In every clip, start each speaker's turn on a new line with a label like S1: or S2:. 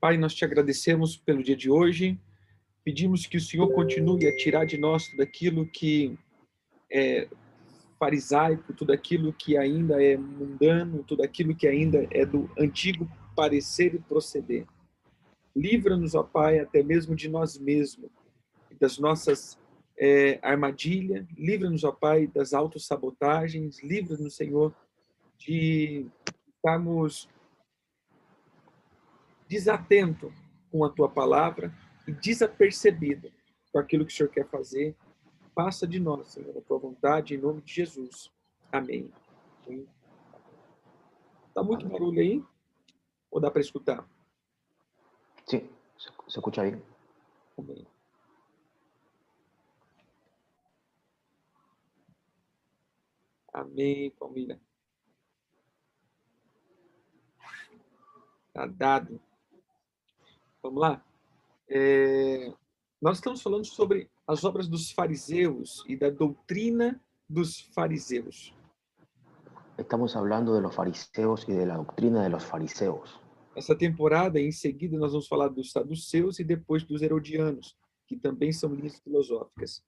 S1: Pai, nós te agradecemos pelo dia de hoje. Pedimos que o Senhor continue a tirar de nós tudo aquilo que é farisaico, tudo aquilo que ainda é mundano, tudo aquilo que ainda é do antigo parecer e proceder. Livra-nos, ó Pai, até mesmo de nós mesmos, das nossas é, armadilhas. Livra-nos, ó Pai, das autossabotagens. Livra-nos, Senhor, de estarmos desatento com a tua palavra e desapercebido com aquilo que o Senhor quer fazer. Passa de nós, Senhor, a tua vontade, em nome de Jesus. Amém. Tá muito barulho aí? Ou dá para escutar?
S2: Sí, se, se escucha bien.
S1: Amém. Amém, família. Tá dado. Vamos lá? É, nós estamos falando sobre as obras dos fariseus e da doutrina dos fariseus.
S2: Estamos hablando de los fariseos y de la doctrina de los fariseos.
S1: Essa temporada, em seguida, nós vamos falar dos saduceus e depois dos herodianos, que também são linhas filosóficas.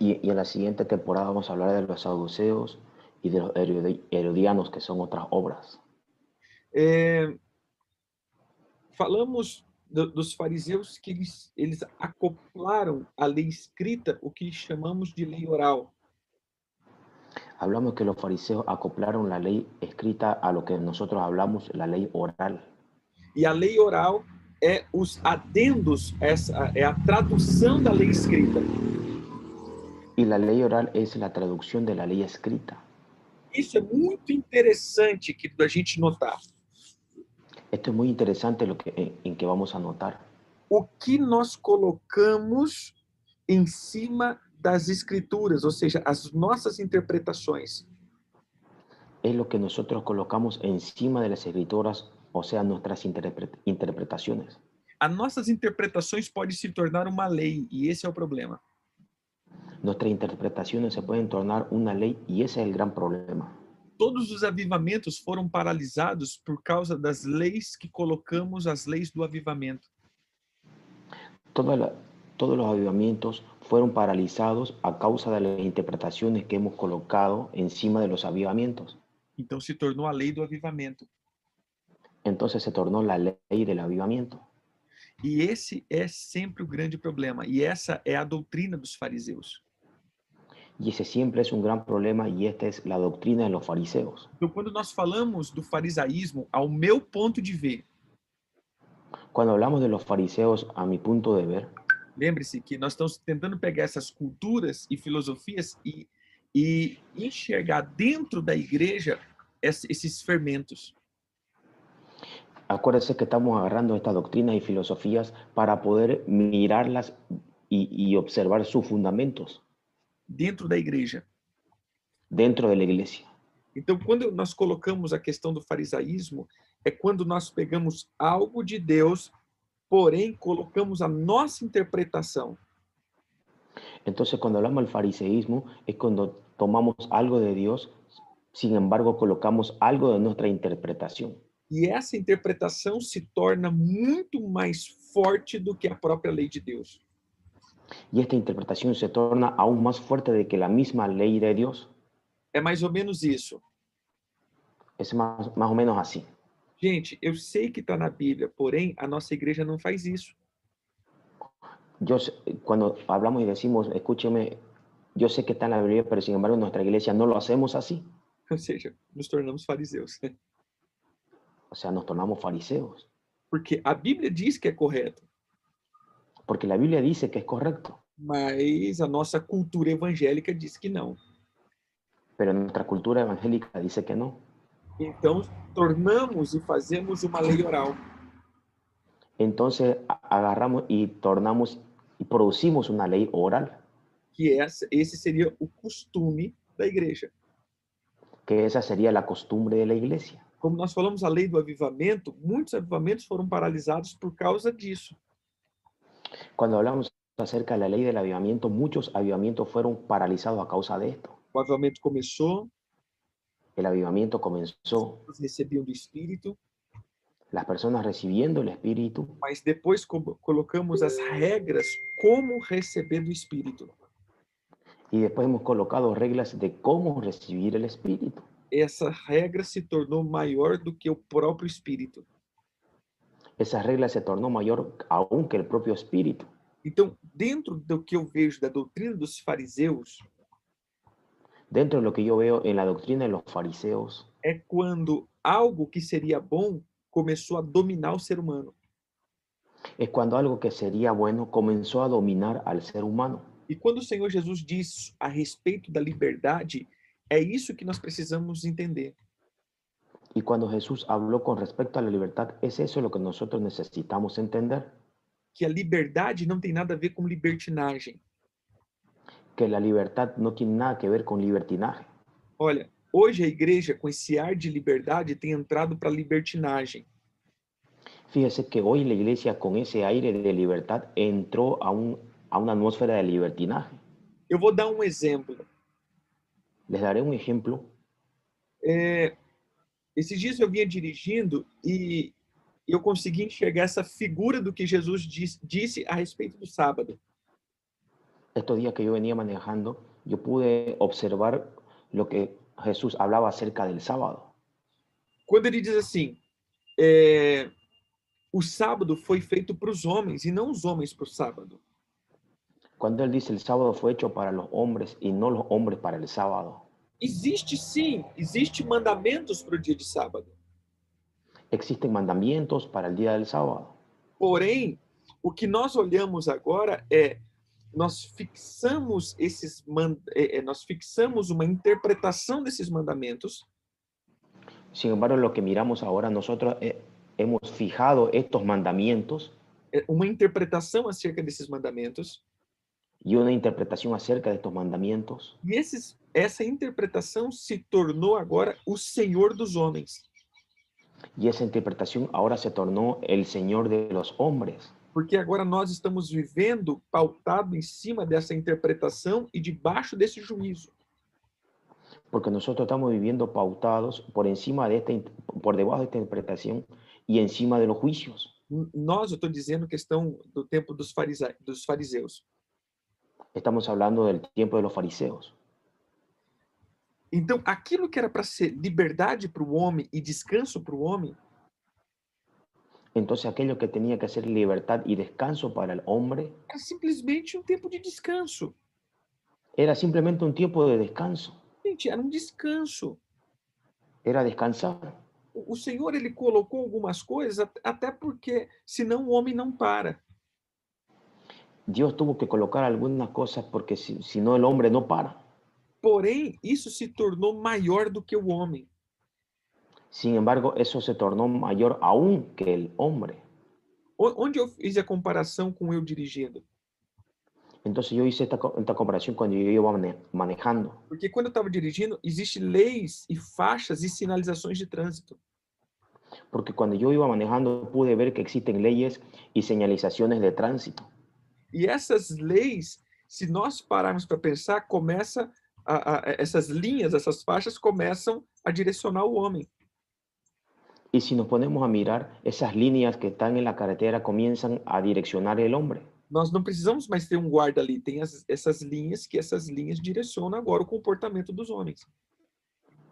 S2: Y, y en la siguiente temporada vamos a hablar de los saduceos y de los herodi- herodianos, que son otras obras.
S1: É, falamos do- dos fariseus que eles, eles acoplaram à lei escrita o que chamamos de lei oral.
S2: Hablamos que los fariseos acoplaron la ley escrita a lo que nosotros hablamos, la ley oral.
S1: E a lei oral é os adendos, essa é a tradução da lei escrita.
S2: Y la ley oral es la traducción de la ley escrita.
S1: Isso é muito interessante que da gente notar.
S2: Esto es muy interesante lo que, en, en que vamos a notar.
S1: O que nós colocamos em cima das escrituras, ou seja, as nossas interpretações.
S2: Es lo que nosotros colocamos encima de las escrituras, o sea, nuestras interpre- interpretaciones.
S1: As nossas interpretações podem se tornar uma lei, e esse é o problema.
S2: Nuestras interpretaciones se pueden tornar una ley y ese es el gran problema.
S1: Todos os avivamentos foram paralisados por causa das leis que colocamos, as leis do avivamento.
S2: Toda la- todos los avivamientos fueron paralizados a causa de las interpretaciones que hemos colocado encima de los avivamientos.
S1: Então se tornou a lei do avivamento.
S2: Entonces se tornó la ley del avivamiento.
S1: E esse é sempre o grande problema. E essa é a doutrina dos fariseus.
S2: Y ese siempre es un gran problema y esta es la doctrina de los fariseos.
S1: Então, quando nós falamos do farisaísmo, ao meu ponto de ver,
S2: Cuando hablamos de los fariseos, a mi punto de ver,
S1: lembre-se que nós estamos tentando pegar essas culturas e filosofias e, e enxergar dentro da igreja es- esses fermentos.
S2: acuérdense que estamos agarrando estas doctrinas y filosofías para poder mirarlas y, y observar sus fundamentos
S1: Dentro da igreja.
S2: dentro de la iglesia.
S1: Então, quando nós colocamos a questão do farisaísmo, é quando nós pegamos algo de Deus, porém colocamos a nossa interpretação.
S2: Entonces, cuando hablamos del fariseísmo, es cuando tomamos algo de Dios, sin embargo, colocamos algo de nuestra interpretación.
S1: E essa interpretação se torna muito mais forte do que a própria lei de Deus.
S2: Y esta interpretación se torna aún más fuerte de que la misma ley de Dios.
S1: É mais ou menos isso.
S2: Es más, más o menos así.
S1: Gente, eu sei que está na Bíblia, porém a nossa igreja não faz isso.
S2: Yo sé- cuando hablamos y decimos, escúcheme, yo sé que está en la Biblia, pero sin embargo en nuestra iglesia no lo hacemos así.
S1: Ou seja, nos tornamos fariseus.
S2: O sea, nos tornamos fariseos.
S1: Porque a Bíblia diz que é correto,
S2: Porque la Biblia dice que es correcto,
S1: mas a nossa cultura evangélica diz que não.
S2: pero nuestra cultura evangélica dice que no.
S1: Então, tornamos e fazemos uma lei oral.
S2: Entonces a- agarramos y tornamos y producimos una ley oral,
S1: que essa, esse seria o costume da igreja.
S2: que esa sería la costumbre de la iglesia.
S1: Como nós falamos a lei do avivamento, muitos avivamentos foram paralisados por causa disso.
S2: Cuando hablamos acerca de la ley del avivamiento, muchos avivamientos fueron paralizados a causa de esto.
S1: O avivamento começou,
S2: El avivamiento comenzó,
S1: eles recebiam do Espírito,
S2: la- las personas recibiendo el Espíritu,
S1: mas depois co- colocamos as regras como receber do Espírito.
S2: y después hemos colocado reglas de cómo recibir el Espíritu.
S1: Essa regra se tornou maior do que o próprio Espírito.
S2: Esa regla se tornó mayor aún que el propio Espíritu.
S1: Então, dentro do que eu vejo da doutrina dos fariseus,
S2: Dentro de lo que yo veo en la doctrina de los fariseos,
S1: é quando algo que seria bom começou a dominar o ser humano.
S2: es cuando algo que sería bueno comenzó a dominar al ser humano.
S1: E quando o Senhor Jesus diz a respeito da liberdade, é isso que nós precisamos entender.
S2: Y cuando Jesús habló con respecto a la libertad, es eso lo que nosotros necesitamos entender,
S1: Que a liberdade não tem nada a ver com libertinagem.
S2: que la libertad no tiene nada que ver con libertinaje.
S1: Olha, hoje a igreja, com esse ar de liberdade, tem entrado para a libertinagem.
S2: Fíjese que hoy la iglesia con ese aire de libertad entró a, un, a una atmósfera de libertinaje.
S1: Eu vou dar um exemplo.
S2: Les daré un ejemplo.
S1: É, esses dias eu vinha dirigindo e eu consegui enxergar essa figura do que Jesus diz- disse a respeito do sábado.
S2: Estos días que yo venía manejando, yo pude observar lo que Jesús hablaba acerca del sábado.
S1: Quando ele diz assim, é, o sábado foi feito para os homens e não os homens para o sábado.
S2: Cuando él dice el sábado fue hecho para los hombres y no los hombres para el sábado.
S1: Existe sim, existe mandamentos para o dia de sábado.
S2: Existen mandamientos para el día del sábado.
S1: Porém, o que nós olhamos agora é nós fixamos esses man- é, é, nós fixamos uma interpretação desses mandamentos
S2: Sin embargo, lo que miramos ahora, nosotros eh, hemos fijado estos mandamientos
S1: é, uma interpretação acerca desses mandamentos
S2: y una interpretación acerca de estos mandamientos.
S1: e esses essa interpretação se tornou agora o senhor dos homens
S2: Y esa interpretación ahora se tornó el Señor de los hombres,
S1: porque agora nós estamos vivendo pautado em cima dessa interpretação e debaixo desse juízo
S2: porque nosotros estamos viviendo pautados por encima de esta, in- por debajo de esta interpretación y encima de los juicios.
S1: N- nós eu estou dizendo questão do tempo dos farisai, dos fariseus
S2: Estamos hablando del tiempo de los fariseos.
S1: Então, aquilo que era para ser liberdade para o homem e descanso para o homem,
S2: Entonces aquello que tenía que ser libertad y descanso para el hombre
S1: era simplesmente um tempo de descanso.
S2: era simplemente un tiempo de descanso,
S1: Gente, era um descanso.
S2: era descansar.
S1: O o Senhor ele colocou algumas coisas at- até porque senão o homem não para.
S2: Dios tuvo que colocar algunas cosas porque si, si no el hombre no para.
S1: Porém, isso se tornou maior do que o homem.
S2: Sin embargo, eso se tornó mayor aún que el hombre.
S1: O- Onde eu fiz a comparação com eu dirigindo?
S2: Entonces yo hice esta, co- esta comparación cuando yo iba mane- manejando,
S1: Porque quando eu estava dirigindo, existem leis e faixas e sinalizações de trânsito.
S2: porque cuando yo iba manejando pude ver que existen leyes y señalizaciones de tránsito.
S1: E essas leis, se nós pararmos para pensar, começa a, a- essas linhas, essas faixas começam a direcionar o homem.
S2: Y si nos ponemos a mirar, esas líneas que están en la carretera comienzan a direccionar el hombre.
S1: Nós não precisamos mais ter um guarda ali, tem as, essas linhas que essas linhas direcionam agora o comportamento dos homens.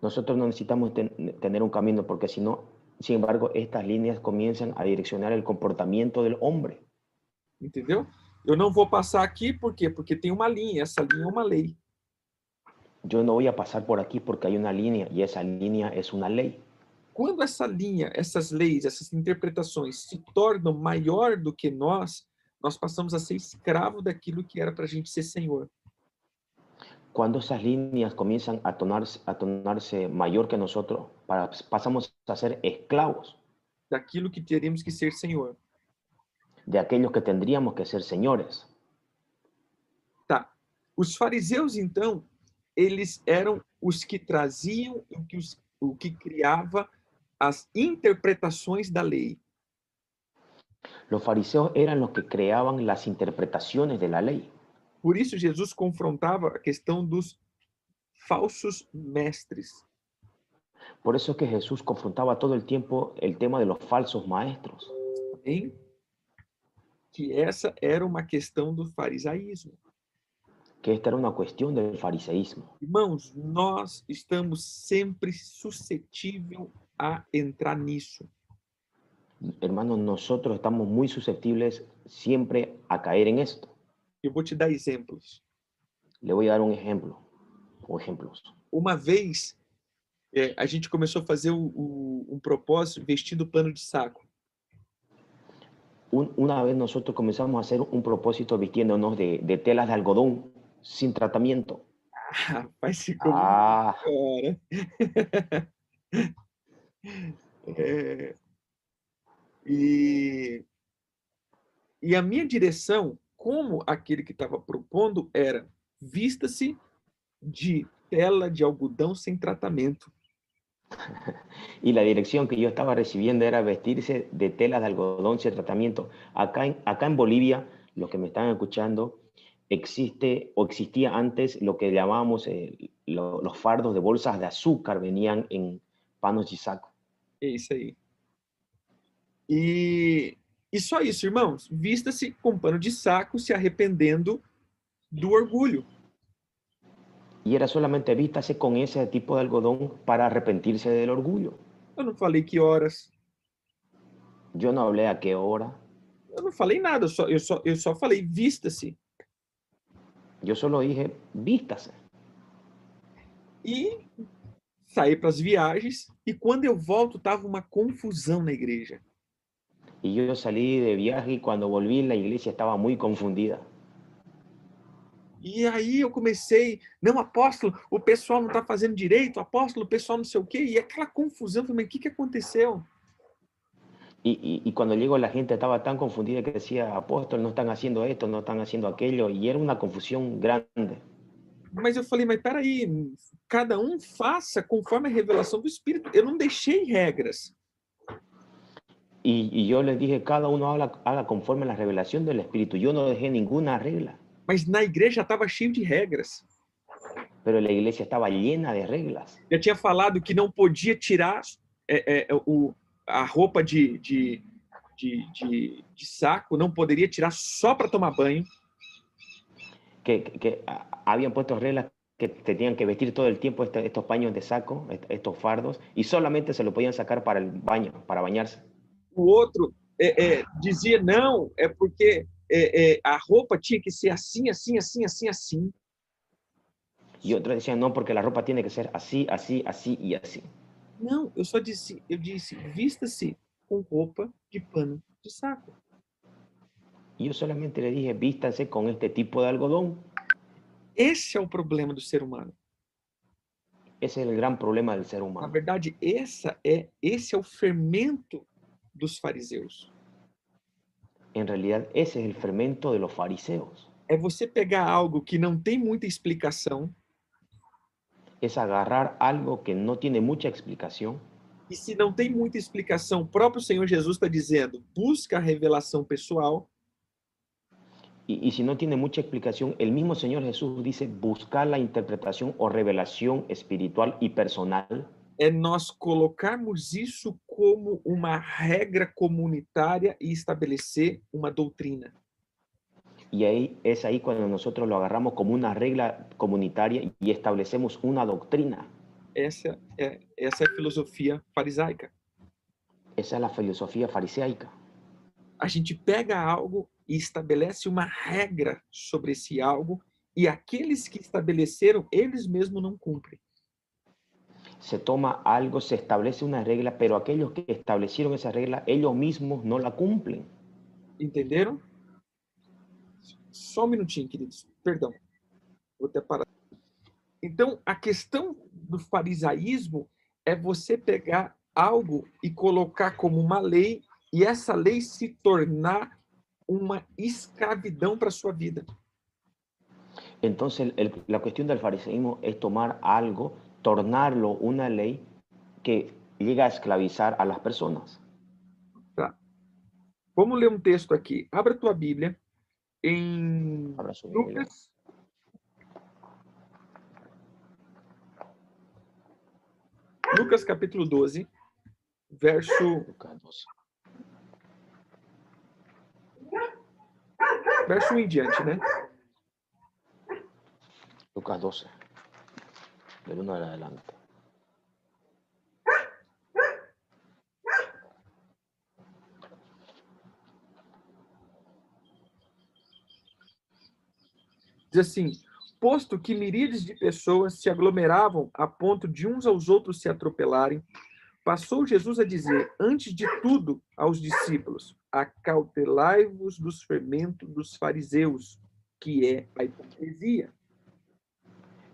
S2: Nosotros no necesitamos ten- tener un camino porque si no, sin embargo, estas líneas comienzan a direccionar el comportamiento del hombre.
S1: Entendeu? Eu não vou passar aqui, por quê? Porque tem uma linha, essa linha é uma lei.
S2: Yo no voy a pasar por aquí porque hay una línea y esa línea es una ley.
S1: Quando essa linha, essas leis, essas interpretações se tornam maior do que nós, nós passamos a ser escravo daquilo que era para a gente ser senhor.
S2: Cuando esas líneas comienzan a tornarse, a tornarse mayor que nosotros, para- pues, pasamos a ser esclavos
S1: daquilo que teríamos que ser senhor.
S2: de aquellos que tendríamos que ser señores.
S1: Tá. Os fariseus, então, eles eram os que traziam o que, os- o que criava as interpretações da lei.
S2: Los fariseos eran los que creaban las interpretaciones de la lei.
S1: Por isso, Jesus confrontava a questão dos falsos mestres.
S2: Por eso es que Jesús confrontaba todo el tiempo el tema de los falsos maestros.
S1: Amém? Que essa era uma questão do farisaísmo.
S2: que esta era una cuestión del fariseísmo.
S1: Irmãos, nós estamos sempre suscetível a entrar nisso.
S2: Hermanos, nosotros estamos muy susceptibles siempre a caer en esto.
S1: Eu vou te dar exemplos.
S2: Le voy a dar un ejemplo o ejemplos.
S1: Uma vez é, a gente começou a fazer o, o- um propósito vestindo plano de saco.
S2: Un- una vez nosotros comenzamos a hacer un propósito vistiéndonos de, de telas de algodón sin tratamiento.
S1: Ah, Vai se comer
S2: Ah,
S1: agora. É, e, e a minha direção, como aquele que estava propondo, era vista-se de tela de algodão sem tratamento.
S2: y la dirección que yo estaba recibiendo era vestirse de telas de algodón sin tratamiento. Acá en, acá en Bolivia, los que me están escuchando, existe o existía antes lo que llamábamos eh, lo- los fardos de bolsas de azúcar, venían en panos y saco.
S1: É isso aí. E, e só isso, irmãos. Vista-se com pano de saco, se arrependendo do orgulho.
S2: Y era solamente vístase con ese tipo de algodón para arrepentirse del orgullo.
S1: Eu não falei que horas.
S2: Yo no hablé a qué hora,
S1: Eu não falei nada. Eu só, eu só, eu só falei vista-se.
S2: yo solo dije vístase.
S1: e saí para as viagens. E quando eu volto, tava uma confusão na igreja.
S2: Y yo salí de viaje y cuando volví la iglesia estaba muy confundida.
S1: E aí eu comecei, não, apóstolo, o pessoal não está fazendo direito, apóstolo, o pessoal não sei o quê, e aquela confusão, eu falei, mas o que, que aconteceu?
S2: Y, y- y cuando llegó la gente estaba tan confundida que decía, apóstol, no están haciendo esto, no están haciendo aquello. Y era una confusión grande.
S1: Mas eu falei, mas peraí, cada um faça conforme a revelação do Espírito. Eu não deixei regras.
S2: Y, y yo les dije, cada uno habla, haga conforme a la revelación del Espíritu. Yo no dejé ninguna regla,
S1: Mas na igreja estava cheio de regras.
S2: pero la iglesia estaba llena de reglas.
S1: Já tinha falado que não podia tirar é, é, o, a roupa de, de, de, de- de saco, não poderia tirar só para tomar banho.
S2: Que, que- que a- habían puesto reglas que te tenían que vestir todo el tiempo este- estos paños de saco, est- estos fardos, y solamente se lo podían sacar para el baño, para bañarse.
S1: O outro é, é, dizia não, é porque é, é, a roupa tinha que ser assim, assim, assim, assim, assim.
S2: Y otros decían, no, porque la ropa tiene que ser así, así, así y así.
S1: Não, eu só disse, eu disse, vista-se com roupa de pano de saco.
S2: Y yo solamente le dije, vístanse con este tipo de algodón.
S1: Esse é o problema do ser humano.
S2: Ese es el gran problema del ser
S1: Na
S2: humano.
S1: verdade, essa é esse é o fermento dos fariseus.
S2: En realidad, ese es el fermento de los fariseos.
S1: é você pegar algo que não tem muita explicação
S2: Es agarrar algo que no tiene mucha explicación.
S1: e se não tem muita explicação, o próprio Senhor Jesus está dizendo, busca a revelação pessoal
S2: Y, y si no tiene mucha explicación, el mismo Señor Jesús dice, buscar la interpretación o revelación espiritual y personal.
S1: é nós colocarmos isso como uma regra comunitária e estabelecer uma doutrina.
S2: Y ahí es ahí cuando nosotros lo agarramos como una regla comunitaria y establecemos una doctrina.
S1: Essa é essa é a filosofia farisaica.
S2: Esa es la filosofía fariseica.
S1: A gente pega algo e estabelece uma regra sobre esse algo e aqueles que estabeleceram, eles mesmos não cumprem.
S2: se toma algo, se establece una regla, pero aquellos que establecieron esa regla, ellos mismos no la cumplen.
S1: Entenderam? Só um minutinho, queridos. Perdão. Vou até parar. Então, a questão do farisaísmo é você pegar algo e colocar como uma lei e essa lei se tornar uma escravidão para sua vida.
S2: Entonces, el- la cuestión del fariseísmo es tomar algo, tornarlo una ley que llega a esclavizar a las personas.
S1: Vamos ler um texto aqui. Abra tua Bíblia em
S2: Abra su Biblia.
S1: Lucas, Lucas capítulo 12, verso,
S2: Lucas 12.
S1: verso 1 em diante, né?
S2: Lucas 12. Del 1 en adelante.
S1: Diz assim: Posto que miríades de pessoas se aglomeravam a ponto de uns aos outros se atropelarem, passou Jesus a dizer, antes de tudo, aos discípulos: Acautelai-vos dos fermentos dos fariseus, que é a hipocrisia.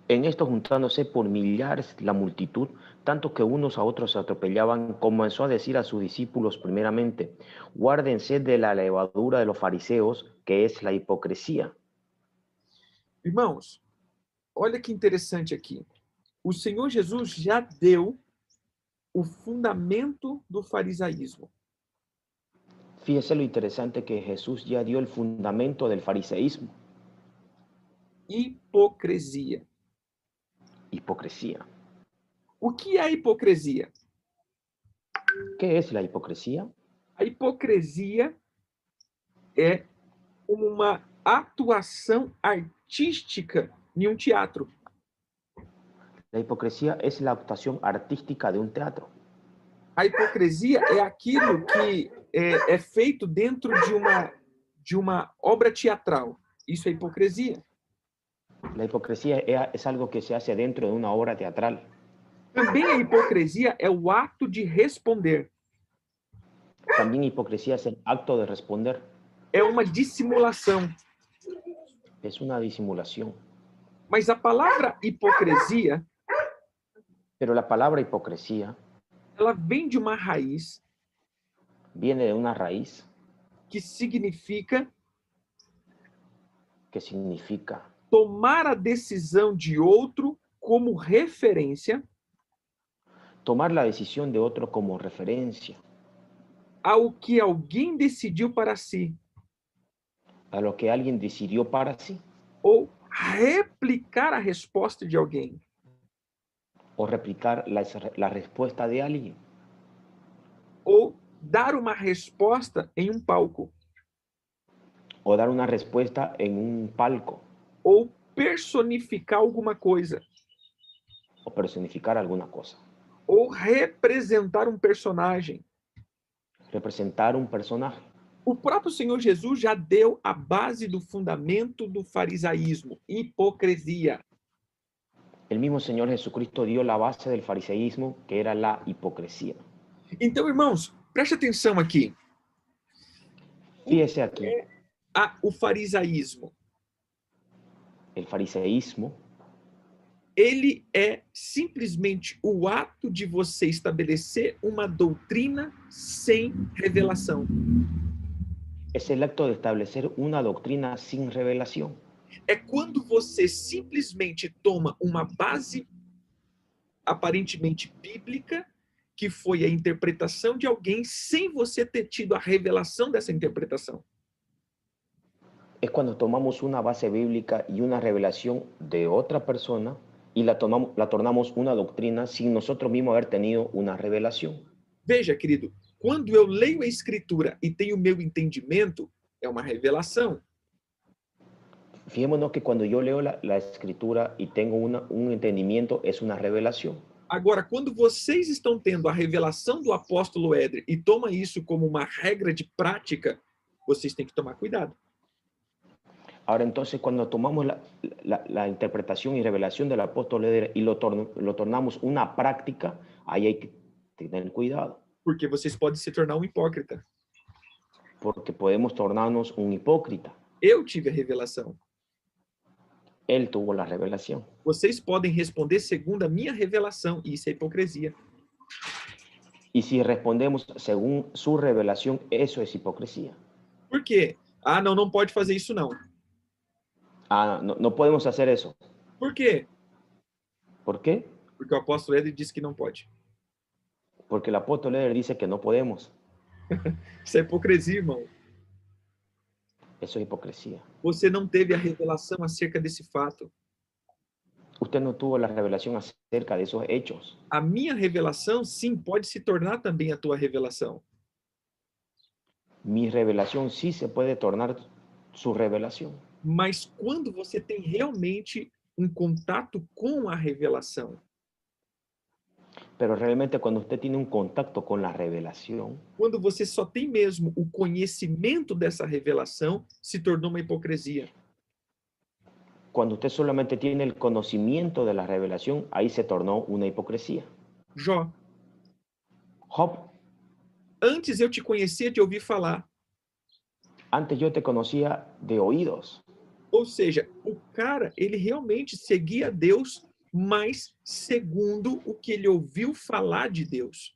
S2: En esto juntándose por millares la multitud, tanto que unos a otros se atropellaban, comenzó a decir a sus discípulos primeramente, guárdense de la levadura de los fariseos, que es la hipocresía.
S1: Irmãos, olha que interessante aqui. O Senhor Jesus já deu o fundamento do farisaísmo.
S2: Fíjese lo interesante que Jesús ya dio el fundamento del fariseísmo,
S1: Hipocrisia.
S2: hipocresía.
S1: O que é a hipocrisia?
S2: ¿Qué es la hipocresía?
S1: A hipocrisia é uma atuação artística em um teatro.
S2: La hipocresía es la actuación artística de un teatro.
S1: A hipocrisia é aquilo que é, é feito dentro de uma, de uma obra teatral. Isso é hipocrisia.
S2: La hipocresía es- es algo que se hace dentro de una obra teatral.
S1: Também a hipocrisia é o ato de responder.
S2: También hipocresía es el acto de responder,
S1: É uma dissimulação.
S2: es una disimulación.
S1: Mas a palavra hipocrisia,
S2: Pero la palabra hipocresía
S1: ela vem de uma raiz
S2: viene de una raíz
S1: que significa
S2: que significa
S1: tomar a decisão de outro como referência
S2: tomar la decisión de otro como referencia
S1: ao que alguém decidiu para si
S2: a lo que alguien decidió para sí
S1: ou replicar a resposta de alguém.
S2: o replicar la, la respuesta de alguien
S1: ou dar uma resposta em um palco,
S2: o dar una respuesta en un palco
S1: ou personificar alguma coisa,
S2: o personificar alguna cosa,
S1: ou representar um personagem.
S2: representar un personaje.
S1: O próprio Senhor Jesus já deu a base do fundamento do farisaísmo, hipocrisia.
S2: El mismo Señor Jesucristo dio la base del fariseísmo que era la hipocresía.
S1: Então, irmãos, preste atenção aqui.
S2: Fíjese aquí,
S1: Ah, o farisaísmo,
S2: el fariseísmo
S1: ele é simplesmente o ato de você estabelecer uma doutrina sem revelação.
S2: es el acto de establecer una doctrina sin revelación.
S1: é quando você simplesmente toma uma base aparentemente bíblica, que foi a interpretação de alguém sem você ter tido a revelação dessa interpretação.
S2: es cuando tomamos una base bíblica y una revelación de otra persona y la, tomamos, la tornamos una doctrina sin nosotros mismos haber tenido una revelación.
S1: Veja, querido, quando eu leio a escritura e tenho meu entendimento, é uma revelação.
S2: Fijémonos que cuando yo leo la, la escritura y tengo una- un entendimiento, es una revelación.
S1: Agora, quando vocês estão tendo a revelação do apóstolo Éder e toma isso como uma regra de prática, vocês têm que tomar cuidado.
S2: Ahora entonces, cuando tomamos la, la- la interpretación y revelación del apóstol Eder y lo, torno- lo tornamos una práctica, ahí hay que tener cuidado,
S1: Porque vocês podem se tornar um hipócrita.
S2: porque podemos tornarnos un hipócrita.
S1: Eu tive a revelação.
S2: Él tuvo la revelación.
S1: Vocês podem responder segundo a minha revelação, e isso é hipocrisia.
S2: Y si respondemos según su revelación, eso es hipocresía.
S1: Por quê? Ah, não, não pode fazer isso não.
S2: Ah, no, no podemos hacer eso.
S1: Por quê?
S2: ¿Por quê?
S1: Porque o apóstolo Éder disse que não pode.
S2: Porque el apóstol Eder dice que no podemos.
S1: Isso é hipocrisia, irmão.
S2: Eso es hipocresía.
S1: Você não teve a revelação acerca desse fato.
S2: usted no tuvo la revelación acerca de esos hechos.
S1: A minha revelação, sim, pode se tornar também a tua revelação.
S2: Mi revelación sí se puede tornar su revelación.
S1: Mas quando você tem realmente um contato com a revelação,
S2: Pero realmente cuando usted tiene un contacto con la revelación,
S1: quando você só tem mesmo o conhecimento dessa revelação, se tornou uma hipocrisia.
S2: cuando usted solamente tiene el conocimiento de la revelación, ahí se tornó una hipocresía.
S1: Jó,
S2: Job,
S1: antes eu te conhecia de ouvir falar.
S2: antes yo te conocía de oídos.
S1: Ou seja, o cara, ele realmente seguia Deus, mas segundo o que ele ouviu falar de Deus.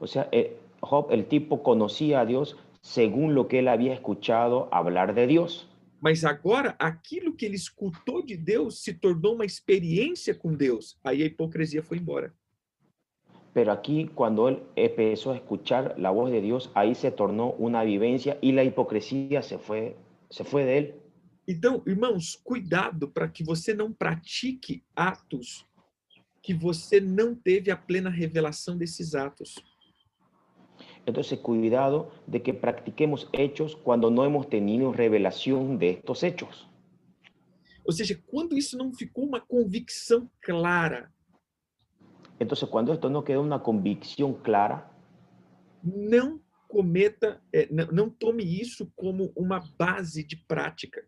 S2: O sea, eh, Job, el tipo conocía a Dios según lo que él había escuchado hablar de Dios.
S1: Mas agora, aquilo que ele escutou de Deus se tornou uma experiência com Deus. Aí a hipocrisia foi embora.
S2: Pero aquí, cuando él empezó a escuchar la voz de Dios, ahí se tornó una vivencia y la hipocresía se fue, se fue de él.
S1: Então, irmãos, cuidado para que você não pratique atos que você não teve a plena revelação desses atos.
S2: Entonces, cuidado de que practiquemos hechos cuando no hemos tenido revelación de estos hechos.
S1: Ou seja, quando isso não ficou uma convicção clara,
S2: Entonces, cuando esto no queda una convicción clara,
S1: não cometa, eh, n- não tome isso como uma base de prática.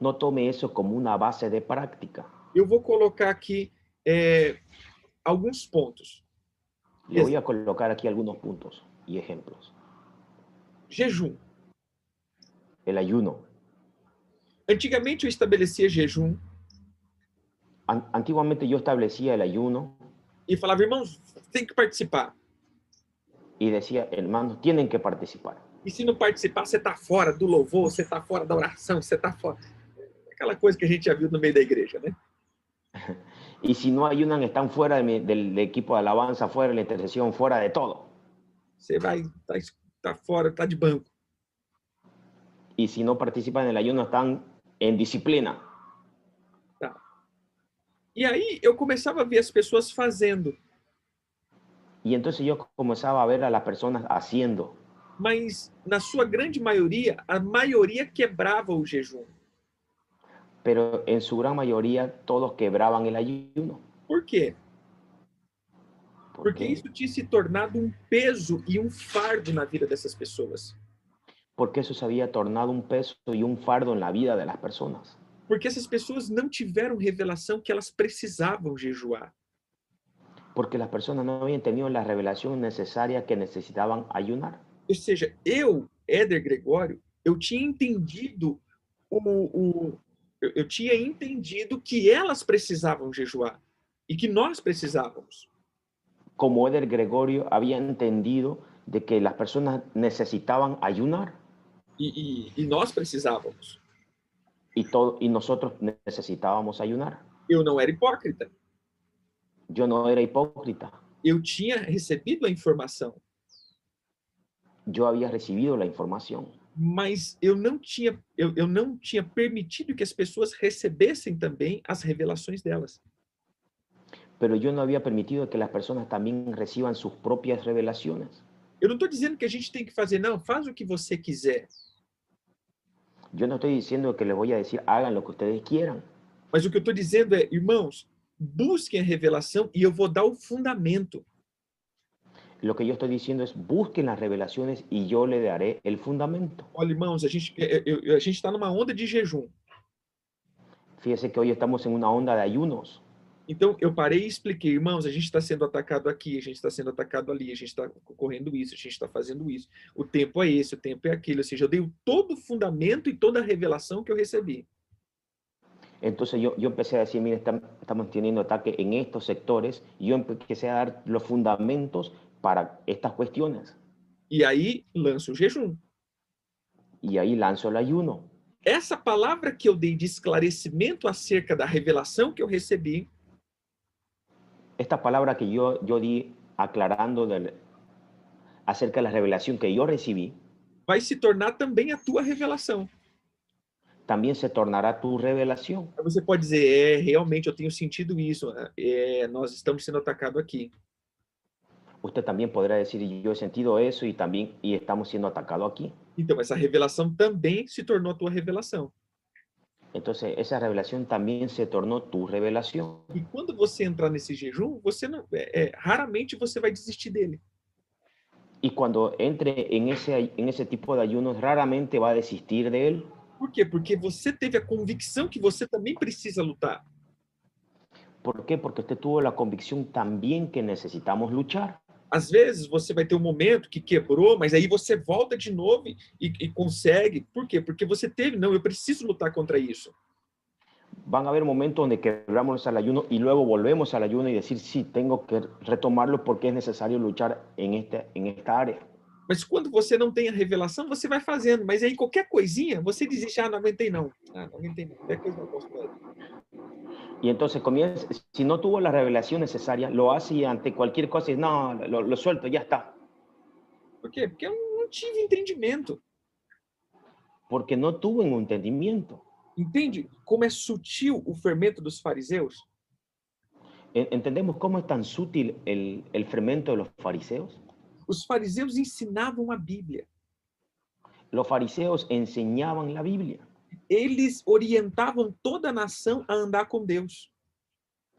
S2: no tome eso como una base de práctica.
S1: Eu vou colocar aqui eh, alguns pontos.
S2: Le voy a colocar aquí algunos puntos y ejemplos.
S1: Jejum.
S2: El ayuno.
S1: Antigamente eu estabelecia jejum
S2: An- antiguamente yo establecía el ayuno
S1: e falava, irmãos, tem que participar.
S2: y decía, hermanos, tienen que participar.
S1: E se não participar, você está fora do louvor, você está fora da oração, você está fora. Aquela coisa que a gente já viu no meio da igreja, né?
S2: Y si no ayunan, están fuera de mi- del equipo de alabanza, fuera de la intercesión, fuera de todo.
S1: Você vai, tá, es- tá fora, tá de banco.
S2: Y si no participan en el ayuno, están en disciplina.
S1: E aí eu começava a ver as pessoas fazendo,
S2: Y entonces yo comenzaba a ver a las personas haciendo,
S1: mas na sua grande maioria, a maioria quebrava o jejum.
S2: pero en su gran mayoría todos quebraban el ayuno.
S1: Por quê? Porque
S2: Porque-
S1: isso tinha se tornado um peso e um fardo na vida dessas pessoas.
S2: porque eso se había tornado un peso y un fardo en la vida de las personas,
S1: Porque essas pessoas não tiveram revelação que elas precisavam jejuar.
S2: porque las personas no habían tenido la revelación necesaria que necesitaban ayunar.
S1: Ou seja, eu, Éder Gregório, eu tinha entendido o, o eu, eu tinha entendido que elas precisavam jejuar e que nós precisávamos.
S2: Como Eder Gregorio había entendido de que las personas necesitaban ayunar
S1: E, e, e nós precisávamos.
S2: y, todo, y nosotros necesitábamos ayunar.
S1: Eu não era hipócrita.
S2: Yo no era hipócrita,
S1: Eu tinha recebido a informação,
S2: yo había recibido la información,
S1: mas eu não tinha eu, eu não tinha permitido que as pessoas recebessem também as revelações delas.
S2: pero yo no había permitido que las personas también reciban sus propias revelaciones.
S1: Eu não estou dizendo que a gente tem que fazer, não, faz o que você quiser.
S2: Yo no estoy diciendo que les voy a decir hagan lo que ustedes quieran,
S1: Mas o que eu estou dizendo é, irmãos, busquem a revelación e eu vou dar o fundamento.
S2: Lo que yo estoy diciendo es busquen las revelaciones y yo le daré el fundamento.
S1: Olha, irmãos, a gente é, é, eu- a gente está numa onda de jejum.
S2: Fíjese que hoy estamos en una onda de ayunos.
S1: Então eu parei e expliquei, irmãos, a gente está sendo atacado aqui, a gente está sendo atacado ali, a gente está correndo isso, a gente está fazendo isso. O tempo é esse, o tempo é aquele. Ou seja, eu dei todo o fundamento e toda a revelação que eu recebi.
S2: Entonces yo, yo empecé a decir, mire, estam- estamos teniendo ataque en estos sectores y yo empecé a dar los fundamentos para estas cuestiones.
S1: E aí lança o jejum.
S2: Y ahí lanzo el ayuno.
S1: Essa palavra que eu dei de esclarecimento acerca da revelação que eu recebi
S2: Esta palabra que yo, yo di aclarando del- acerca de la revelación que yo recibí,
S1: vai se tornar também a tua revelação.
S2: también se tornará tu revelación.
S1: Você pode dizer, é, realmente eu tenho sentido isso, né? é, nós estamos sendo atacados aqui.
S2: Usted también podrá decir, yo he sentido eso y también y estamos siendo atacados aquí.
S1: Então, essa revelação também se tornou a tua revelação.
S2: Entonces, esa revelación también se tornó tu revelación.
S1: E quando você entrar nesse jejum, você não, é, é, raramente você vai desistir dele.
S2: Y cuando entre en ese, ay- en ese tipo de ayunos, raramente va a desistir de él,
S1: Por quê? Porque você teve a convicção que você também precisa lutar.
S2: ¿Por qué? Porque usted tuvo la convicción también que necesitamos luchar.
S1: Às vezes você vai ter um momento que quebrou, mas aí você volta de novo e, e consegue. Por quê? Porque você teve, não, eu preciso lutar contra isso.
S2: Van a haber momentos donde quebramos al ayuno y luego volvemos al ayuno y decir, sí, tengo que retomarlo porque es necesario luchar en, este, en esta área.
S1: Mas quando você não tem a revelação, você vai fazendo. Mas aí qualquer coisinha, você desiste. Ah, não aguentei não. Ah, não aguentei não. Qualquer coisa eu posso fazer.
S2: Y entonces comienza, si no tuvo la revelación necesaria, lo hace y ante cualquier cosa, dice, no, lo, lo suelto, ya está.
S1: Por quê? Porque eu não tive entendimento.
S2: Porque no tuvo un entendimiento.
S1: Entende como é sutil o fermento dos fariseus?
S2: En- ¿Entendemos cómo es tan sutil el, el fermento de los fariseos?
S1: Os fariseus ensinavam a Bíblia.
S2: Los fariseos enseñaban la Biblia.
S1: Eles orientavam toda a nação a andar com Deus.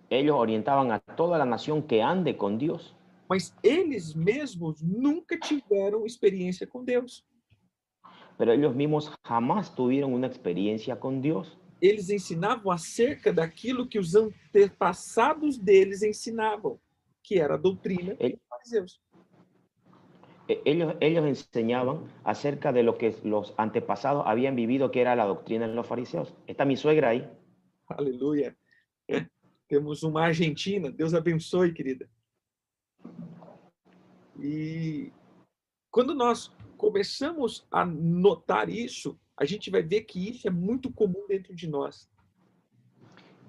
S2: Ellos orientaban a toda la nación que ande con Dios.
S1: Mas eles mesmos nunca tiveram experiência com Deus.
S2: pero ellos mismos jamás tuvieron una experiencia con Dios.
S1: Eles ensinavam acerca daquilo que os antepassados deles ensinavam, que era a doutrina dos fariseus.
S2: E- Ellos, ellos enseñaban acerca de lo que los antepasados habían vivido, que era la doctrina de los fariseos. Está mi suegra ahí.
S1: Aleluia. É. Temos uma Argentina, Deus abençoe, querida. E quando nós começamos a notar isso, a gente vai ver que isso é muito comum dentro de nós.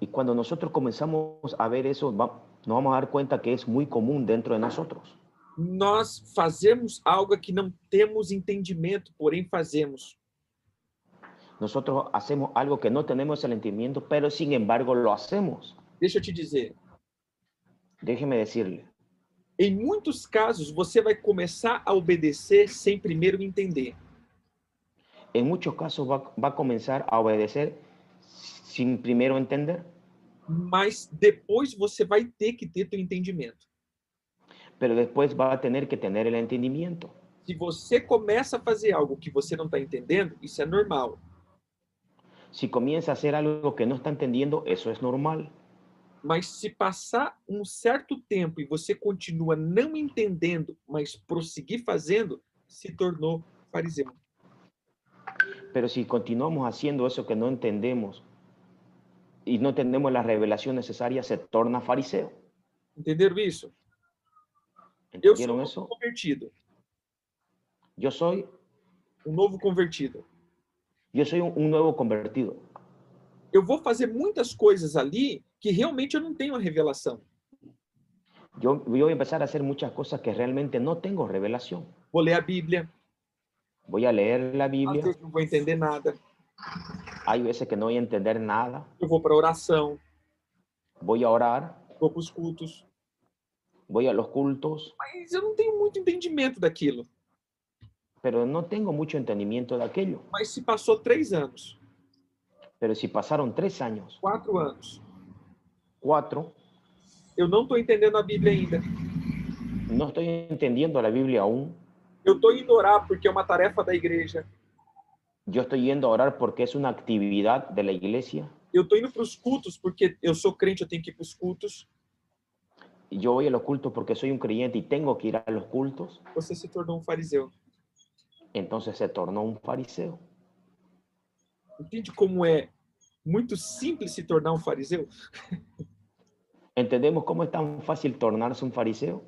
S2: Y cuando nosotros comenzamos a ver eso, va- nos vamos a dar cuenta que es muy común dentro de nosotros.
S1: Nós fazemos algo que não temos entendimento, porém fazemos.
S2: Nosotros hacemos algo que no tenemos el entendimiento, pero sin embargo lo hacemos.
S1: Deixa eu te dizer,
S2: Déjeme decirle,
S1: em muitos casos você vai começar a obedecer sem primeiro entender.
S2: en muchos casos va, va a comenzar a obedecer sin primero entender,
S1: Mas depois você vai ter que ter teu entendimento.
S2: pero después va a tener que tener el entendimiento.
S1: Se você começa a fazer algo que você não está entendendo, isso é normal.
S2: Si comienza a hacer algo que no está entendiendo, eso es normal.
S1: Mas se passar um certo tempo e você continua não entendendo, mas prosseguir fazendo, se tornou fariseu.
S2: Pero si continuamos haciendo eso que no entendemos y no tenemos la revelación necesaria, se torna fariseo.
S1: Entenderam isso? Eu sou um
S2: ¿Entendieron
S1: novo
S2: eso?
S1: convertido.
S2: Yo soy,
S1: Um novo convertido.
S2: yo soy un, un nuevo convertido.
S1: Eu vou fazer muitas coisas ali que realmente eu não tenho a revelação.
S2: Yo, yo voy a empezar a hacer muchas cosas que realmente no tengo revelación.
S1: Vou ler a Bíblia,
S2: Voy a leer la
S1: às
S2: Biblia,
S1: vezes não vou entender nada.
S2: hay veces que no voy a entender nada,
S1: Eu vou para oração,
S2: voy a orar,
S1: vou para os cultos,
S2: voy a los cultos,
S1: mas eu não tenho muito entendimento daquilo.
S2: pero no tengo mucho entendimiento de aquello.
S1: Mas se passou três anos,
S2: Pero si pasaron tres años,
S1: quatro anos,
S2: cuatro,
S1: eu não estou entendendo a Bíblia ainda.
S2: no estoy entendiendo la Biblia aún,
S1: Eu estou indo orar porque é uma tarefa da igreja.
S2: Yo estoy yendo a orar porque es una actividad de la iglesia.
S1: Eu estou indo para os cultos porque eu sou crente, eu tenho que ir para os cultos.
S2: y Yo voy a los cultos porque soy un creyente y tengo que ir a los cultos.
S1: Você se tornou um fariseu.
S2: Entonces se tornó un fariseo.
S1: Entende como é muito simples se tornar um fariseu?
S2: ¿Entendemos cómo es tan fácil tornarse un fariseo?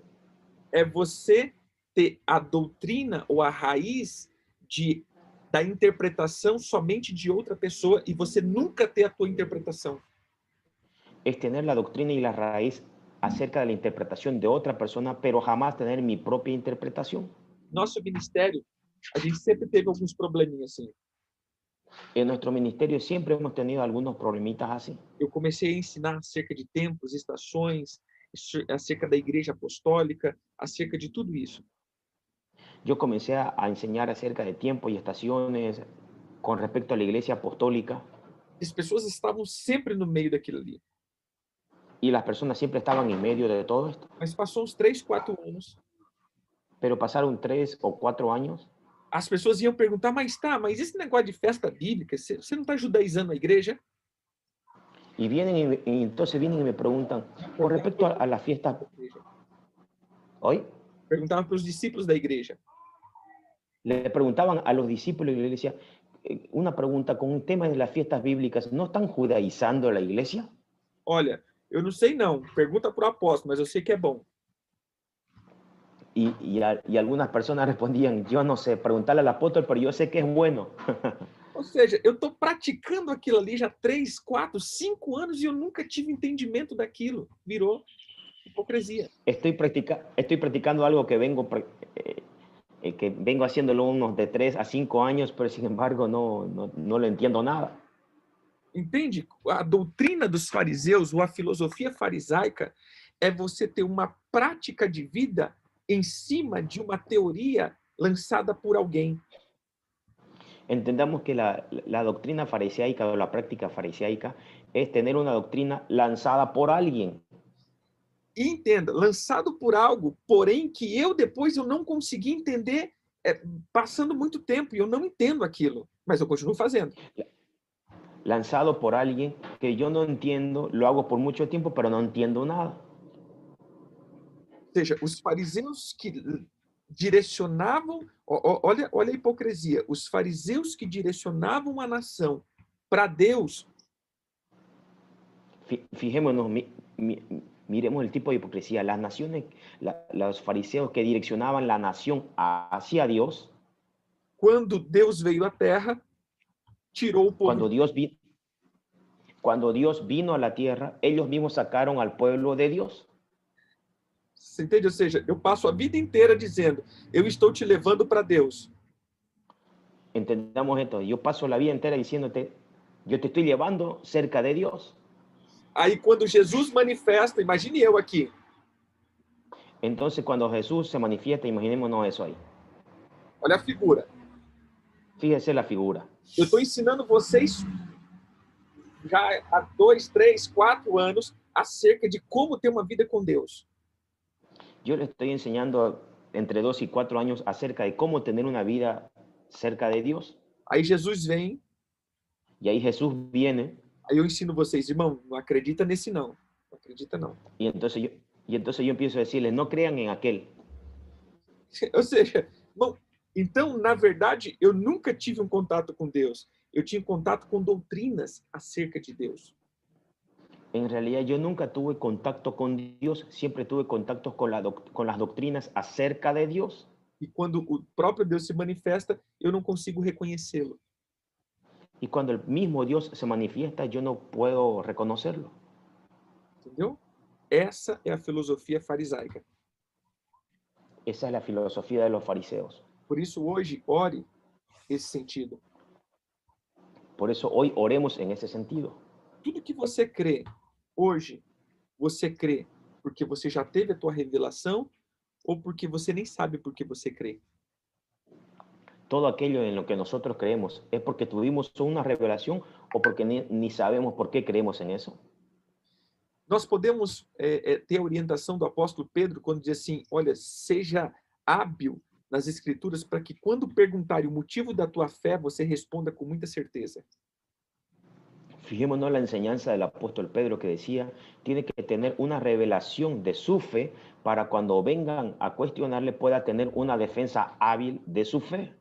S1: É você ter a doutrina ou a raiz de da interpretação somente de outra pessoa e você nunca ter a tua interpretação.
S2: Es tener la doctrina y la raíz acerca de la interpretación de otra persona, pero jamás tener mi propia interpretación.
S1: Nosso ministério, a gente sempre teve alguns probleminhas assim.
S2: En nuestro ministerio siempre hemos tenido algunos problemitas así.
S1: Eu comecei a ensinar acerca de tempos, estações, acerca da igreja apostólica, acerca de tudo isso.
S2: Yo comencé a, a enseñar acerca de tiempos y estaciones con respecto a la iglesia apostólica
S1: As pessoas estavam sempre no meio daquilo ali.
S2: y las personas siempre estaban en medio de todo esto.
S1: Mas passou uns três, quatro anos,
S2: Pero pasaron tres o cuatro años
S1: as pessoas iam perguntar, mas tá, mas esse negócio de festa bíblica, você você não está judaizando a igreja?
S2: y vienen y- y, entonces vienen y me preguntan con respecto a, a las fiestas hoy.
S1: Perguntava para os discípulos da igreja.
S2: Le preguntaban a los discípulos de la iglesia eh, una pregunta con un tema de las fiestas bíblicas. ¿No están judaizando la iglesia?
S1: Olha, eu não sei não, pergunta para o apóstolo, mas eu sei que é bom.
S2: Y, y a- y algunas personas respondían, yo no sé, preguntarle al apóstol, pero yo sé que es bueno.
S1: Ou seja, eu estou praticando aquilo ali já três, quatro, cinco anos e eu nunca tive entendimento daquilo. Virou hipocrisia.
S2: Estoy, practica- estoy practicando algo que vengo, pra- eh, eh, que vengo haciéndolo unos de tres a cinco años, pero sin embargo no, no, no le entiendo nada.
S1: Entende? A doutrina dos fariseus, ou a filosofia farisaica, é você ter uma prática de vida em cima de uma teoria lançada por alguém.
S2: Entendamos que la, la doctrina fariseica o la práctica fariseica es tener una doctrina lanzada por alguien.
S1: E entenda, lançado por algo, porém que eu depois eu não consegui entender, é, passando muito tempo, e eu não entendo aquilo, mas eu continuo fazendo.
S2: Lanzado por alguien que yo no entiendo, lo hago por mucho tiempo, pero no entiendo nada.
S1: Ou seja, os fariseus que l- direcionavam, ó- ó- olha, olha a hipocrisia, os fariseus que direcionavam a nação para Deus,
S2: Fi- Fijémonos, mi- mi- miremos el tipo de hipocresía. Las naciones, la- los fariseos que direccionaban la nación a- hacia Dios,
S1: quando Deus veio à terra, tirou o povo.
S2: cuando Dios, vi- cuando Dios vino a la tierra, ellos mismos sacaron al pueblo de Dios.
S1: Você entende? Ou seja, eu passo a vida inteira dizendo, eu estou te levando para Deus.
S2: Entendamos esto. Yo paso la vida entera diciéndote, yo te estoy llevando cerca de Dios.
S1: Aí quando Jesus manifesta, imagine eu aqui,
S2: Entonces, cuando Jesús se manifiesta, imaginémonos eso ahí.
S1: olha a figura.
S2: Fíjese la figura.
S1: Eu estou ensinando vocês já há dois, três, quatro anos acerca de como ter uma vida com Deus.
S2: Yo le estoy enseñando entre dos y cuatro años acerca de cómo tener una vida cerca de Dios.
S1: Aí Jesus vem
S2: Y ahí Jesús viene
S1: Aí eu ensino vocês, irmão, não acredita nesse não. Não acredita não.
S2: y entonces yo, y entonces yo empiezo a decirles, no crean en aquel.
S1: Ou seja, bom, então, na verdade, eu nunca tive um contato com Deus. Eu tinha contato com doutrinas acerca de Deus.
S2: En realidad yo nunca tuve contacto con Dios, siempre tuve contactos con, la doc- con las doctrinas acerca de Dios.
S1: E quando o próprio Deus se manifesta, eu não consigo reconhecê-lo.
S2: Y cuando el mismo Dios se manifiesta, yo no puedo reconocerlo.
S1: Entendeu? Essa é a filosofia farisaica.
S2: Esa es la filosofía de los fariseos.
S1: Por isso, hoje, ore esse sentido.
S2: Por eso hoy oremos en ese sentido.
S1: Tudo que você crê hoje, você crê porque você já teve a tua revelação ou porque você nem sabe por que você crê.
S2: Todo aquello en lo que nosotros creemos es porque tuvimos una revelación o porque ni, ni sabemos por qué creemos en eso.
S1: nós podemos é, é, ter a orientação do apóstolo Pedro quando diz assim: olha, seja hábil nas escrituras para que quando perguntarem o motivo da tua fé, você responda com muita certeza.
S2: Fijémonos en la enseñanza del apóstol Pedro que decía, tiene que tener una revelación de su fe para cuando vengan a cuestionarle pueda tener una defensa hábil de su fe.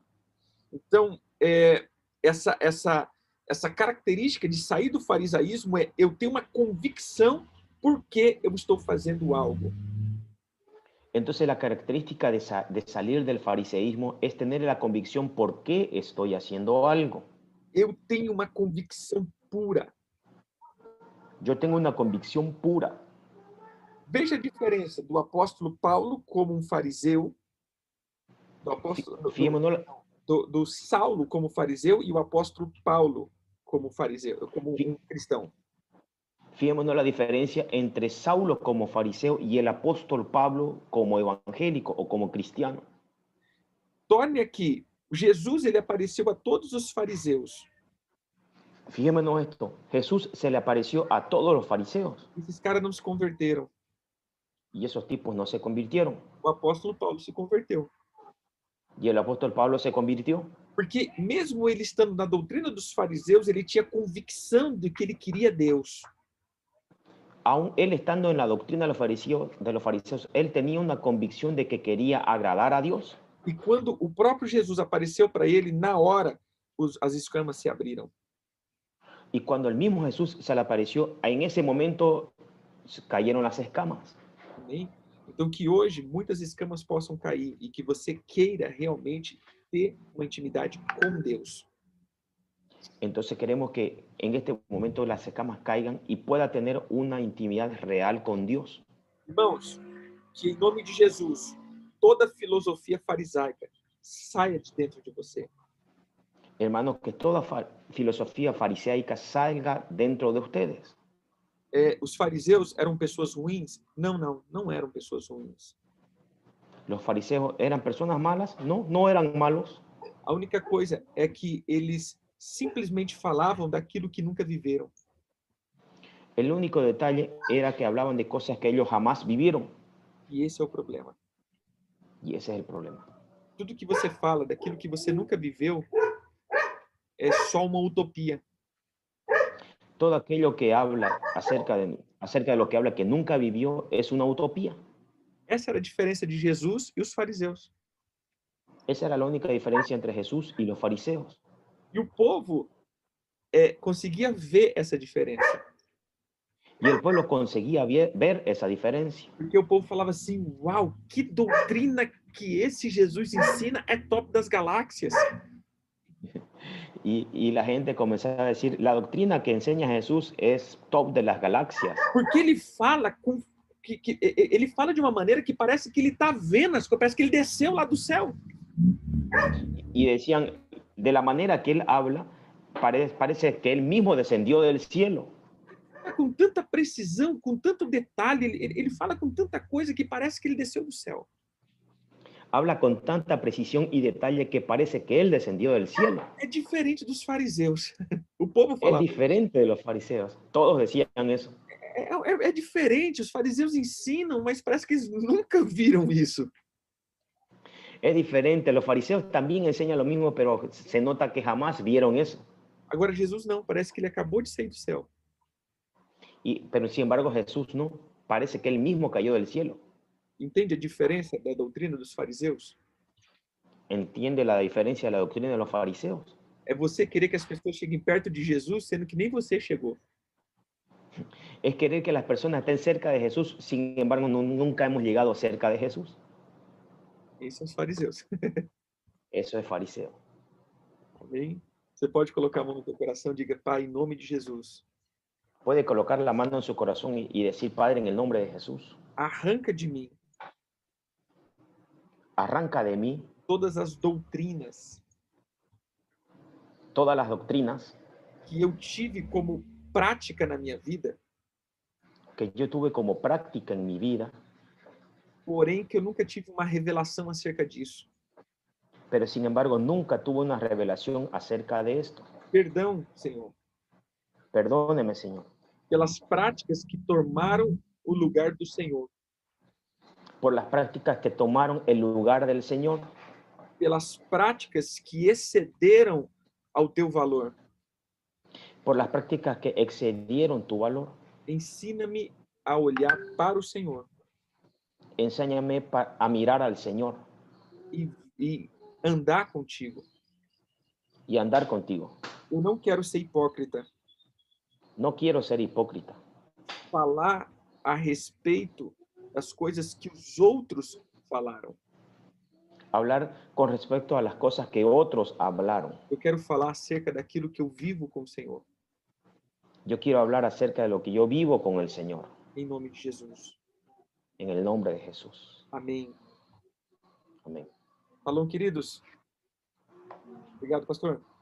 S1: Então, é, essa essa essa característica de sair do farisaísmo é eu tenho uma convicção porque eu estou fazendo algo.
S2: Entonces la característica de, sa- de salir del fariseísmo es tener la convicción por qué estoy haciendo algo.
S1: Eu tenho uma convicção pura.
S2: Yo tengo una convicción pura.
S1: Veja a diferença do apóstolo Paulo como um fariseu, do apóstolo, do-
S2: Fijémonos,
S1: do, do Saulo como fariseu y el apóstol Paulo como fariseo, como un cristão.
S2: Fijémonos la diferencia entre Saulo como fariseo y el apóstol Pablo como evangélico o como cristiano.
S1: Torne aqui, Jesus ele apareceu a todos os fariseus.
S2: Fijémonos esto, Jesús se le apareció a todos los fariseos
S1: Esses caras não se converteram.
S2: y esos tipos no se convirtieron.
S1: O apóstolo Paulo se converteu.
S2: Y el apóstol Pablo se convirtió
S1: Porque mesmo ele estando na doutrina dos fariseus, ele tinha convicção de que ele queria Deus.
S2: aún él estando en la doctrina de los fariseos, de los fariseos, él tenía una convicción de que quería agradar a Dios.
S1: E quando o próprio Jesus apareceu para ele, na hora os- as escamas se abriram.
S2: Y cuando el mismo Jesús se le apareció, en ese momento se cayeron las escamas.
S1: Amém? Então que hoje muitas escamas possam cair e que você queira realmente ter uma intimidade com Deus.
S2: Entonces queremos que en este momento las escamas caigan y pueda tener una intimidad real con Dios.
S1: Irmãos, que em nome de Jesus, toda filosofia farisaica saia de dentro de você.
S2: Hermanos, que toda fa- filosofía fariseica salga dentro de ustedes.
S1: É, os fariseus eram pessoas ruins? Não, não, não eram pessoas ruins.
S2: Los fariseos eran personas malas, no, no eran malos.
S1: A única coisa é que eles simplesmente falavam daquilo que nunca viveram.
S2: El único detalle era que hablaban de cosas que ellos jamás vivieron.
S1: E esse é o problema.
S2: Y ese es el problema.
S1: Tudo que você fala daquilo que você nunca viveu é só uma utopia.
S2: todo aquello que habla acerca de, acerca de lo que habla que nunca vivió es una utopía.
S1: Essa era a diferença de Jesus e os fariseus.
S2: Esa era la única diferencia entre Jesús y los fariseos.
S1: E o povo é, conseguia ver essa diferença.
S2: Y el pueblo conseguía vie- ver esa diferencia,
S1: Porque o povo falava assim: uau, que doutrina que esse Jesus ensina é top das galáxias.
S2: y, y la gente comenzaba a decir, la doctrina que enseña Jesús es top de las galaxias,
S1: Porque ele fala com. Que, que, e- e- ele fala de uma maneira que parece que ele está vendo as coisas, parece que ele desceu lá do céu.
S2: y decían, de la manera que él habla, pare- parece que él mismo descendió del cielo,
S1: Tá Com tanta precisão, com tanto detalhe, ele, ele- ele fala com tanta coisa que parece que ele desceu do céu.
S2: habla con tanta precisión y detalle que parece que él descendió del cielo.
S1: É diferente dos fariseus. O povo
S2: Es
S1: falava.
S2: diferente de los fariseos, todos decían eso.
S1: É, é- é diferente, os fariseus ensinam, mas parece que eles nunca viram isso.
S2: Es diferente, los fariseos también enseñan lo mismo, pero se nota que jamás vieron eso.
S1: Agora, Jesus não, parece que ele acabou de sair do céu.
S2: Y, pero sin embargo Jesús no, parece que él mismo cayó del cielo.
S1: Entende a diferença da doutrina dos fariseus?
S2: Entiende la diferencia de la doctrina de los fariseos.
S1: É você querer que as pessoas cheguem perto de Jesus, sendo que nem você chegou.
S2: Es querer que las personas estén cerca de Jesús, sin embargo nu- nunca hemos llegado cerca de Jesús.
S1: Esses são os fariseus.
S2: Eso es fariseo.
S1: Amém? Você pode colocar a mão no teu coração e diga, Pai, em nome de Jesus,
S2: Puede colocar la mano en su corazón y, y decir, Padre, en el nombre de Jesús,
S1: arranca de mim
S2: arranca de mí
S1: todas as doutrinas
S2: todas las doctrinas
S1: que eu tive como prática na minha vida,
S2: que yo tuve como práctica en mi vida,
S1: porém que eu nunca tive uma revelação acerca disso.
S2: pero sin embargo nunca tuve una revelación acerca de esto.
S1: Perdão, Senhor,
S2: Perdóneme, Señor.
S1: pelas práticas que tomaram o lugar do Senhor,
S2: por las prácticas que tomaron el lugar del Señor,
S1: pelas práticas que excederam ao teu valor.
S2: por las prácticas que excedieron tu valor.
S1: Ensina-me a olhar para o Senhor
S2: Enséñame pa- a mirar al Señor
S1: e, e andar contigo.
S2: y andar contigo.
S1: Eu não quero ser hipócrita.
S2: No quiero ser hipócrita,
S1: falar a respeito das coisas que os outros falaram.
S2: hablar con respecto a las cosas que otros hablaron.
S1: Eu quero falar acerca daquilo que eu vivo com o Senhor,
S2: Yo quiero hablar acerca de lo que yo vivo con el Señor,
S1: em nome de Jesus.
S2: en el nombre de Jesús.
S1: Amém.
S2: Amén.
S1: Falou, queridos? Obrigado, pastor.